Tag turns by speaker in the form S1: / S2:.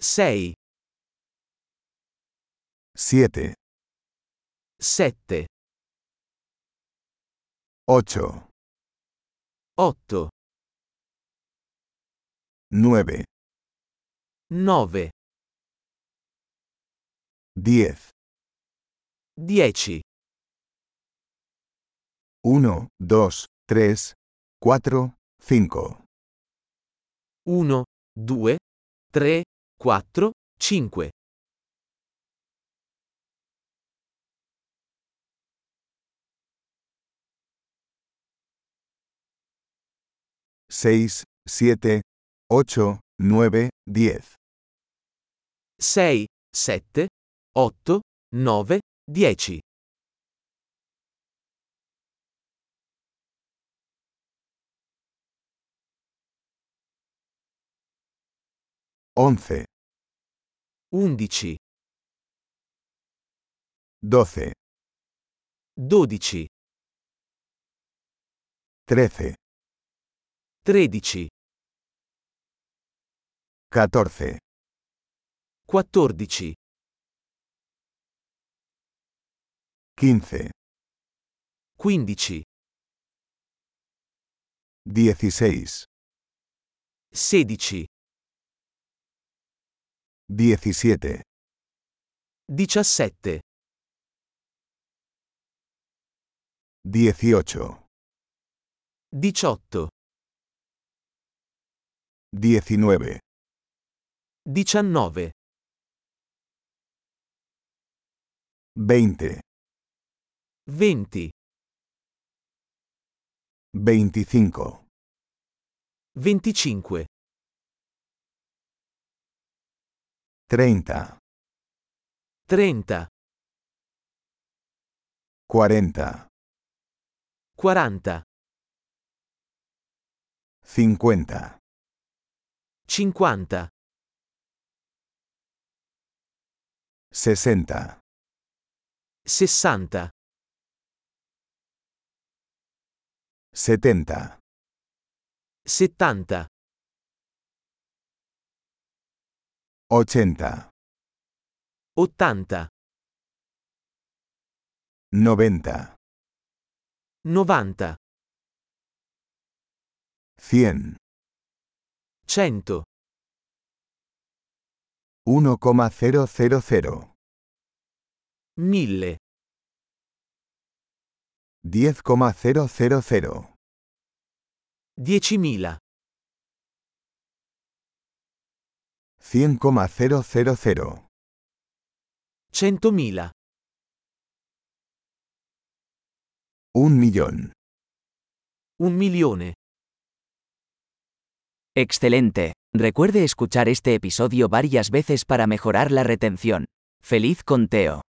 S1: 6,
S2: 7,
S1: 7,
S2: 8,
S1: 8,
S2: 9,
S1: 9,
S2: 10,
S1: 10,
S2: 1, 2, 3, 4, 5,
S1: 1, 2, 3, 4, 5,
S2: 6, 7, 8, 9, 10,
S1: 6, 7, 8, 9, 10,
S2: 11,
S1: 11,
S2: 12,
S1: 12,
S2: 13,
S1: 13,
S2: 14,
S1: 14,
S2: 15,
S1: 15,
S2: 16,
S1: 16,
S2: 17,
S1: 17,
S2: 18,
S1: 18,
S2: 19,
S1: 19,
S2: 20,
S1: 20,
S2: 25,
S1: 25,
S2: 30,
S1: 30,
S2: 40,
S1: 40,
S2: 50,
S1: 50,
S2: 60,
S1: 60,
S2: 70,
S1: 70,
S2: 80,
S1: 80,
S2: 90,
S1: 90,
S2: 100,
S1: 100,
S2: 1,000,
S1: 1000,
S2: 10,000,
S1: 10.000,
S2: 100,000,
S1: 100.000,
S2: 1 millón.
S1: un milione.
S3: Excelente. Recuerde escuchar este episodio varias veces para mejorar la retención. ¡Feliz conteo!